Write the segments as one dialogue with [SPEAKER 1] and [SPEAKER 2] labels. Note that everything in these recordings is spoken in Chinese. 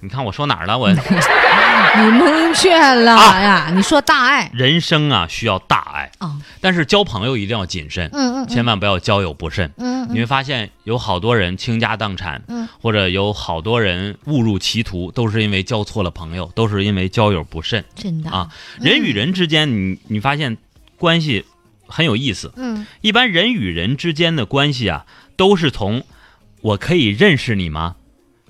[SPEAKER 1] 你看我说哪儿了？我
[SPEAKER 2] 嗯你蒙圈了
[SPEAKER 1] 啊
[SPEAKER 2] 呀！你说大爱
[SPEAKER 1] 人生啊需要大爱，
[SPEAKER 2] 啊，
[SPEAKER 1] 但是交朋友一定要谨慎，
[SPEAKER 2] 嗯嗯嗯
[SPEAKER 1] 千万不要交友不慎。
[SPEAKER 2] 嗯
[SPEAKER 1] 你会发现有好多人倾家荡产，
[SPEAKER 2] 嗯
[SPEAKER 1] 或者有好多人误入歧途，都是因为交错了朋友，都是因为交友不慎。
[SPEAKER 2] 真的
[SPEAKER 1] 啊，人与人之间，你你发现关系很有意思。
[SPEAKER 2] 嗯
[SPEAKER 1] 一般人与人之间的关系啊，都是从我可以认识你吗？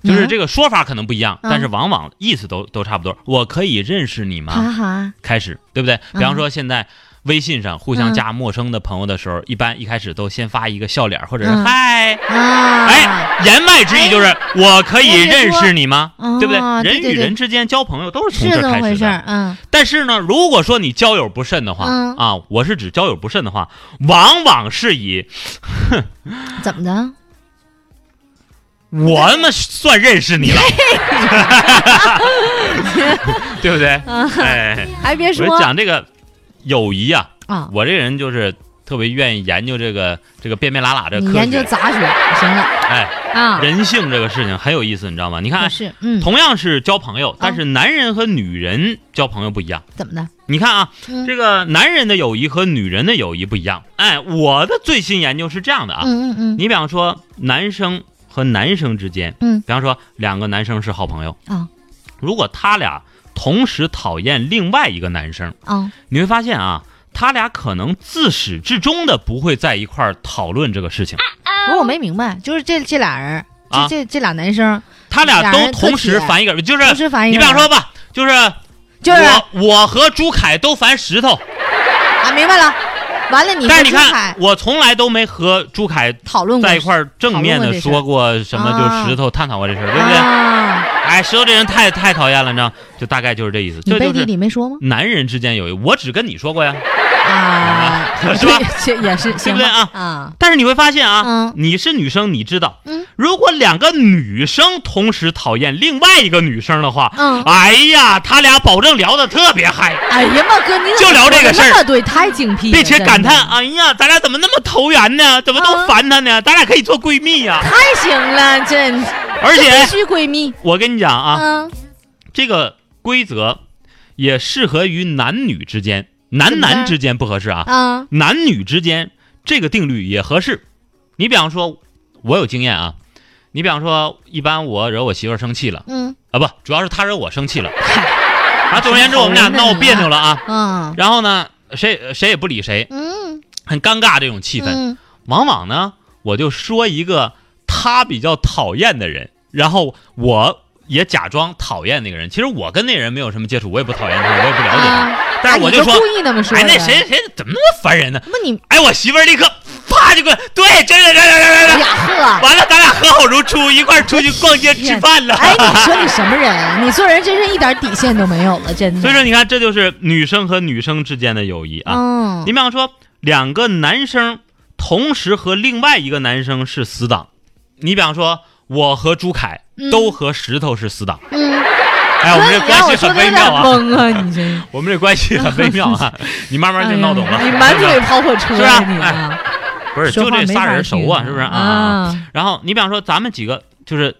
[SPEAKER 1] 就是这个说法可能不一样，
[SPEAKER 2] 嗯
[SPEAKER 1] 但是往往意思都都差不多。我可以认识你吗？
[SPEAKER 2] 哈哈，
[SPEAKER 1] 开始，对不对？比方说现在。微信上互相
[SPEAKER 2] 嗯
[SPEAKER 1] 加陌生的朋友的时候，一般一开始都先发一个笑脸，或者是
[SPEAKER 2] 嗯
[SPEAKER 1] 嗨，
[SPEAKER 2] 啊，
[SPEAKER 1] 哎，言外之意 就是我可以认识你吗？
[SPEAKER 2] 我也说
[SPEAKER 1] 对不
[SPEAKER 2] 哦对
[SPEAKER 1] 人
[SPEAKER 2] 对
[SPEAKER 1] 与
[SPEAKER 2] 对
[SPEAKER 1] 人之间交朋友都是从
[SPEAKER 2] 是
[SPEAKER 1] 这
[SPEAKER 2] 这
[SPEAKER 1] 儿
[SPEAKER 2] 么
[SPEAKER 1] 开
[SPEAKER 2] 回
[SPEAKER 1] 始
[SPEAKER 2] 事
[SPEAKER 1] 的
[SPEAKER 2] 儿。，嗯，
[SPEAKER 1] 但是呢，如果说你交友不慎的话、
[SPEAKER 2] 嗯
[SPEAKER 1] 啊，我是指交友不慎的话，往往是以
[SPEAKER 2] 怎么的？
[SPEAKER 1] 我们算认识你了， 对不对？哎，
[SPEAKER 2] 还别
[SPEAKER 1] 我
[SPEAKER 2] 嗯说
[SPEAKER 1] 就讲这个友谊啊，
[SPEAKER 2] 啊，
[SPEAKER 1] 我这人就是特别愿意研究这个这个变变拉拉这个
[SPEAKER 2] 你
[SPEAKER 1] 科
[SPEAKER 2] 研究
[SPEAKER 1] 学，
[SPEAKER 2] 杂学行了
[SPEAKER 1] 哎，
[SPEAKER 2] 啊，
[SPEAKER 1] 人性这个事情很有意思，你知道吗？你看啊
[SPEAKER 2] 也，是嗯，
[SPEAKER 1] 同样是交朋友，但是男人和女人交朋友不一样。
[SPEAKER 2] 怎么的？
[SPEAKER 1] 你看啊，
[SPEAKER 2] 嗯
[SPEAKER 1] 这个男人的友谊和女人的友谊不一样。哎，我的最新研究是这样的啊，
[SPEAKER 2] 嗯嗯
[SPEAKER 1] 你比方说男生和男生之间，
[SPEAKER 2] 嗯
[SPEAKER 1] 比方说两个男生是好朋友
[SPEAKER 2] 啊，
[SPEAKER 1] 如果他俩同时讨厌另外一个男生，
[SPEAKER 2] 嗯啊，
[SPEAKER 1] 你会发现啊，他俩可能自始至终的不会在一块儿讨论这个事情，
[SPEAKER 2] 啊不是我没明白，就是这这俩人，
[SPEAKER 1] 啊
[SPEAKER 2] 这这这俩男生
[SPEAKER 1] 他俩
[SPEAKER 2] 俩
[SPEAKER 1] 都
[SPEAKER 2] 人
[SPEAKER 1] 同
[SPEAKER 2] 特
[SPEAKER 1] 时
[SPEAKER 2] 铁
[SPEAKER 1] 烦一个人，就是
[SPEAKER 2] 同时烦一
[SPEAKER 1] 你
[SPEAKER 2] 个
[SPEAKER 1] 比
[SPEAKER 2] 人，
[SPEAKER 1] 方说吧，就是
[SPEAKER 2] 就是
[SPEAKER 1] 我我和朱凯都烦石头，
[SPEAKER 2] 啊，明白了。完了，你
[SPEAKER 1] 但是
[SPEAKER 2] 和
[SPEAKER 1] 你看
[SPEAKER 2] 朱凯
[SPEAKER 1] 我从来都没和朱凯
[SPEAKER 2] 讨论过
[SPEAKER 1] 在一块儿正面的说过什
[SPEAKER 2] 讨论过这事
[SPEAKER 1] 么，
[SPEAKER 2] 啊
[SPEAKER 1] 就石头探讨过这事儿，对不对？
[SPEAKER 2] 啊？
[SPEAKER 1] 哎，石头这人太太讨厌了，你知道，就大概就是这意思。
[SPEAKER 2] 你
[SPEAKER 1] 这
[SPEAKER 2] 背
[SPEAKER 1] 就
[SPEAKER 2] 地
[SPEAKER 1] 是
[SPEAKER 2] 里没说吗？
[SPEAKER 1] 男人之间有一，我只跟你说过呀。
[SPEAKER 2] 啊，
[SPEAKER 1] 是吧？
[SPEAKER 2] 这也是，
[SPEAKER 1] 对
[SPEAKER 2] 行
[SPEAKER 1] 不对啊
[SPEAKER 2] 吧啊，
[SPEAKER 1] 但是你会发现啊
[SPEAKER 2] 嗯，
[SPEAKER 1] 你是女生，你知道
[SPEAKER 2] 嗯，
[SPEAKER 1] 如果两个女生同时讨厌另外一个女生的话，
[SPEAKER 2] 嗯
[SPEAKER 1] 哎呀，他俩保证聊得特别嗨，
[SPEAKER 2] 哎呀妈哥，你怎么
[SPEAKER 1] 就聊这个事儿
[SPEAKER 2] 说得那么对，太精辟了，
[SPEAKER 1] 并且感
[SPEAKER 2] 真
[SPEAKER 1] 叹，
[SPEAKER 2] 的
[SPEAKER 1] 哎呀，咱俩怎么那么投缘呢？怎么都
[SPEAKER 2] 啊
[SPEAKER 1] 烦他呢？咱俩可以做闺蜜呀。
[SPEAKER 2] 太行了，这
[SPEAKER 1] 而且
[SPEAKER 2] 这必须闺蜜
[SPEAKER 1] 我跟你讲啊，
[SPEAKER 2] 嗯，
[SPEAKER 1] 这个规则也适合于男女之间，男
[SPEAKER 2] 怎么
[SPEAKER 1] 男
[SPEAKER 2] 呢
[SPEAKER 1] 之间不合适啊，
[SPEAKER 2] 啊
[SPEAKER 1] 男女之间这个定律也合适。你比方说，我有经验啊，你比方说，一般我惹我媳妇儿生气了
[SPEAKER 2] 嗯
[SPEAKER 1] 啊，不，主要是她惹我生气了。
[SPEAKER 2] 嗨
[SPEAKER 1] 啊，总而言之，我们俩闹别扭了啊，
[SPEAKER 2] 嗯
[SPEAKER 1] 然后呢，谁谁也不理谁，
[SPEAKER 2] 嗯
[SPEAKER 1] 很尴尬这种气氛。
[SPEAKER 2] 嗯
[SPEAKER 1] 往往呢，我就说一个他比较讨厌的人，然后我也假装讨厌那个人。其实我跟那人没有什么接触，我也不讨厌他，我也不了解他，
[SPEAKER 2] 啊，
[SPEAKER 1] 但是我就
[SPEAKER 2] 哎你
[SPEAKER 1] 说
[SPEAKER 2] 故，意那么说
[SPEAKER 1] 哎，
[SPEAKER 2] 的，
[SPEAKER 1] 那谁谁怎么那么烦人呢？
[SPEAKER 2] 那你
[SPEAKER 1] 哎，我媳妇儿立刻啪就过来，对，这这这这
[SPEAKER 2] 哎
[SPEAKER 1] 这
[SPEAKER 2] 呀
[SPEAKER 1] 这，
[SPEAKER 2] 呵。
[SPEAKER 1] 完了，咱俩和好如初，一块儿出去逛街吃饭了。
[SPEAKER 2] 哎，你说你什么人？你做人真是一点底线都没有了，真的。
[SPEAKER 1] 所以说，你看，这就是女生和女生之间的友谊啊。
[SPEAKER 2] 嗯
[SPEAKER 1] 你比方说，两个男生同时和另外一个男生是死党，你比方说，我和朱凯
[SPEAKER 2] 嗯
[SPEAKER 1] 都和石头是死党，
[SPEAKER 2] 嗯，
[SPEAKER 1] 哎，我们这
[SPEAKER 2] 哥你让
[SPEAKER 1] 关
[SPEAKER 2] 我
[SPEAKER 1] 系
[SPEAKER 2] 说
[SPEAKER 1] 很
[SPEAKER 2] 的有
[SPEAKER 1] 微
[SPEAKER 2] 点
[SPEAKER 1] 妙啊，
[SPEAKER 2] 懵啊，你这。
[SPEAKER 1] 我们这关系很微妙 啊，你慢慢就闹懂了，
[SPEAKER 2] 哎呀你满嘴
[SPEAKER 1] 是
[SPEAKER 2] 跑火车
[SPEAKER 1] 是吧
[SPEAKER 2] 呀你啊！
[SPEAKER 1] 不是不是
[SPEAKER 2] 说
[SPEAKER 1] 就
[SPEAKER 2] 话
[SPEAKER 1] 这仨
[SPEAKER 2] 没法
[SPEAKER 1] 人熟啊，
[SPEAKER 2] 听
[SPEAKER 1] 是不是啊？
[SPEAKER 2] 啊
[SPEAKER 1] 然后你比方说，咱们几个就是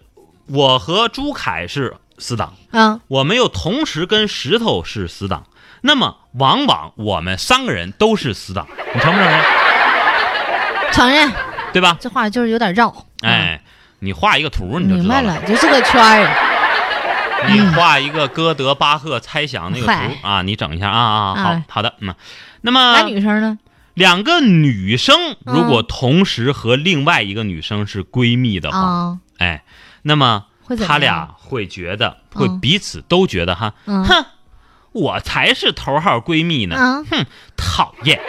[SPEAKER 1] 我和朱凯是死党，
[SPEAKER 2] 啊
[SPEAKER 1] 我们又同时跟石头是死党，那么往往我们三个人都是死党，你承不承认？
[SPEAKER 2] 嗯承认
[SPEAKER 1] 对吧？
[SPEAKER 2] 这话就是有点绕。啊，
[SPEAKER 1] 哎，你画一个图你就知
[SPEAKER 2] 明
[SPEAKER 1] 道
[SPEAKER 2] 白嗯
[SPEAKER 1] 了。
[SPEAKER 2] 了，就是个圈儿
[SPEAKER 1] 你画一个哥德巴赫猜想那个
[SPEAKER 2] 嗨
[SPEAKER 1] 图啊，你整一下啊啊，啊好
[SPEAKER 2] 哎
[SPEAKER 1] 好的，嗯。那
[SPEAKER 2] 那
[SPEAKER 1] 么
[SPEAKER 2] 女生呢？
[SPEAKER 1] 两个女生
[SPEAKER 2] 嗯
[SPEAKER 1] 如果同时和另外一个女生是闺蜜的话，
[SPEAKER 2] 啊，
[SPEAKER 1] 哎，那么
[SPEAKER 2] 会怎么
[SPEAKER 1] 她
[SPEAKER 2] 样啊
[SPEAKER 1] 俩会觉得，会
[SPEAKER 2] 嗯
[SPEAKER 1] 彼此都觉得哈，
[SPEAKER 2] 嗯
[SPEAKER 1] 哼，我才是头号闺蜜呢，
[SPEAKER 2] 啊，
[SPEAKER 1] 讨厌，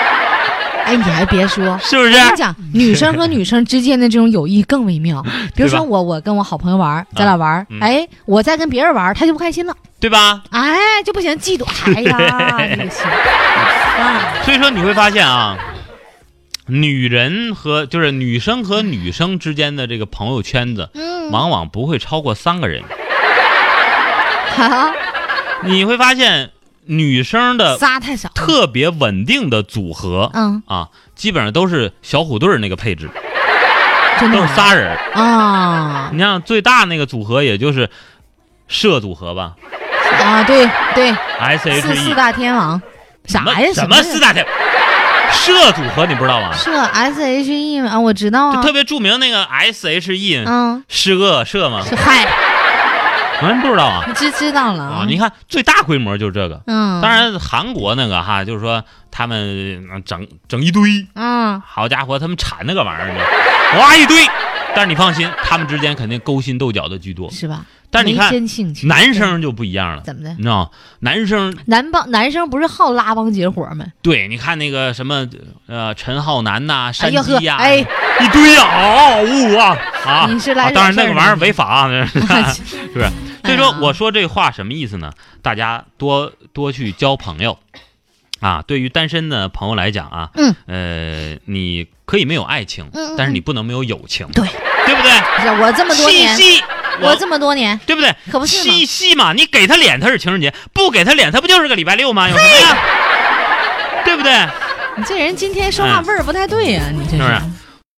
[SPEAKER 2] 哎，你还别 说，
[SPEAKER 1] 是不是
[SPEAKER 2] 我？跟你讲，女生和女生之间的这种友谊更微妙。比如
[SPEAKER 1] 嗯对吧
[SPEAKER 2] 说我，我跟我好朋友玩儿，咱俩玩儿
[SPEAKER 1] 嗯，
[SPEAKER 2] 哎，我在跟别人玩儿，他就不开心了，
[SPEAKER 1] 对吧？
[SPEAKER 2] 哎，就不行，嫉妒，哎呀，这 个心啊，
[SPEAKER 1] 所以说你会发现啊，女人和就是女生和女生之间的这个朋友圈子，
[SPEAKER 2] 嗯，
[SPEAKER 1] 往往不会超过三个人。
[SPEAKER 2] 好，
[SPEAKER 1] 你会发现女生的
[SPEAKER 2] 仨太少了，
[SPEAKER 1] 呃特别稳定的组合
[SPEAKER 2] 嗯，
[SPEAKER 1] 啊，基本上都是小虎队儿那个配置，
[SPEAKER 2] 真的
[SPEAKER 1] 都是仨人儿。
[SPEAKER 2] 啊，
[SPEAKER 1] 你像最大那个组合，也就是社组合吧
[SPEAKER 2] 啊，对对，
[SPEAKER 1] ，S
[SPEAKER 2] 四
[SPEAKER 1] H
[SPEAKER 2] 四
[SPEAKER 1] E
[SPEAKER 2] 大天王，啥呀？
[SPEAKER 1] 什么四
[SPEAKER 2] 大
[SPEAKER 1] 大天社组合你不知道吗？
[SPEAKER 2] 社 S H E 吗？啊我知道
[SPEAKER 1] 就
[SPEAKER 2] 啊
[SPEAKER 1] 特，别著名那个 S H E
[SPEAKER 2] 嗯，
[SPEAKER 1] 是恶社吗？
[SPEAKER 2] 是嗨，
[SPEAKER 1] 嗯，不知道啊。
[SPEAKER 2] 你知知道了
[SPEAKER 1] 啊，你看最大规模就是这个。
[SPEAKER 2] 嗯，
[SPEAKER 1] 当，然，韩国那个哈，就是说他们嗯整整一堆，
[SPEAKER 2] 嗯，
[SPEAKER 1] 好家伙，他们产那个玩意儿呢，哇一堆。但是你放心，他们之间肯定勾心斗角的居多。
[SPEAKER 2] 是吧？
[SPEAKER 1] 但是你
[SPEAKER 2] 没
[SPEAKER 1] 看
[SPEAKER 2] 真兴趣，
[SPEAKER 1] 男生就不一样了，
[SPEAKER 2] 怎么的？
[SPEAKER 1] 你知道吗男生
[SPEAKER 2] 男帮男生不是好拉帮结伙吗？
[SPEAKER 1] 对，你看那个什么呃陈浩南呐、
[SPEAKER 2] 哎
[SPEAKER 1] 山
[SPEAKER 2] 呦呵
[SPEAKER 1] 鸡，呀、
[SPEAKER 2] 哎，
[SPEAKER 1] 一堆呀，嗷呜啊啊！
[SPEAKER 2] 你是来
[SPEAKER 1] 啊当然
[SPEAKER 2] 惹事儿
[SPEAKER 1] 那个玩意儿
[SPEAKER 2] 的
[SPEAKER 1] 违法啊，那是 是不是？所以说
[SPEAKER 2] 嗯
[SPEAKER 1] 我说这话什么意思呢？大家多多去交朋友啊。对于单身的朋友来讲啊，
[SPEAKER 2] 嗯，
[SPEAKER 1] 呃，你可以没有爱情，
[SPEAKER 2] 嗯嗯
[SPEAKER 1] 但是你不能没有友情，
[SPEAKER 2] 对
[SPEAKER 1] 对不对？
[SPEAKER 2] 不是我这么多
[SPEAKER 1] 七
[SPEAKER 2] 年，
[SPEAKER 1] 夕，
[SPEAKER 2] 我这么多年，
[SPEAKER 1] 对不对？
[SPEAKER 2] 可不是吗
[SPEAKER 1] 七夕嘛，你给他脸，他是情人节；不给他脸，他不就是个礼拜六吗？有什么呀？对不对？
[SPEAKER 2] 你这人今天说话
[SPEAKER 1] 嗯
[SPEAKER 2] 味儿不太对呀，你这啊
[SPEAKER 1] 是不是？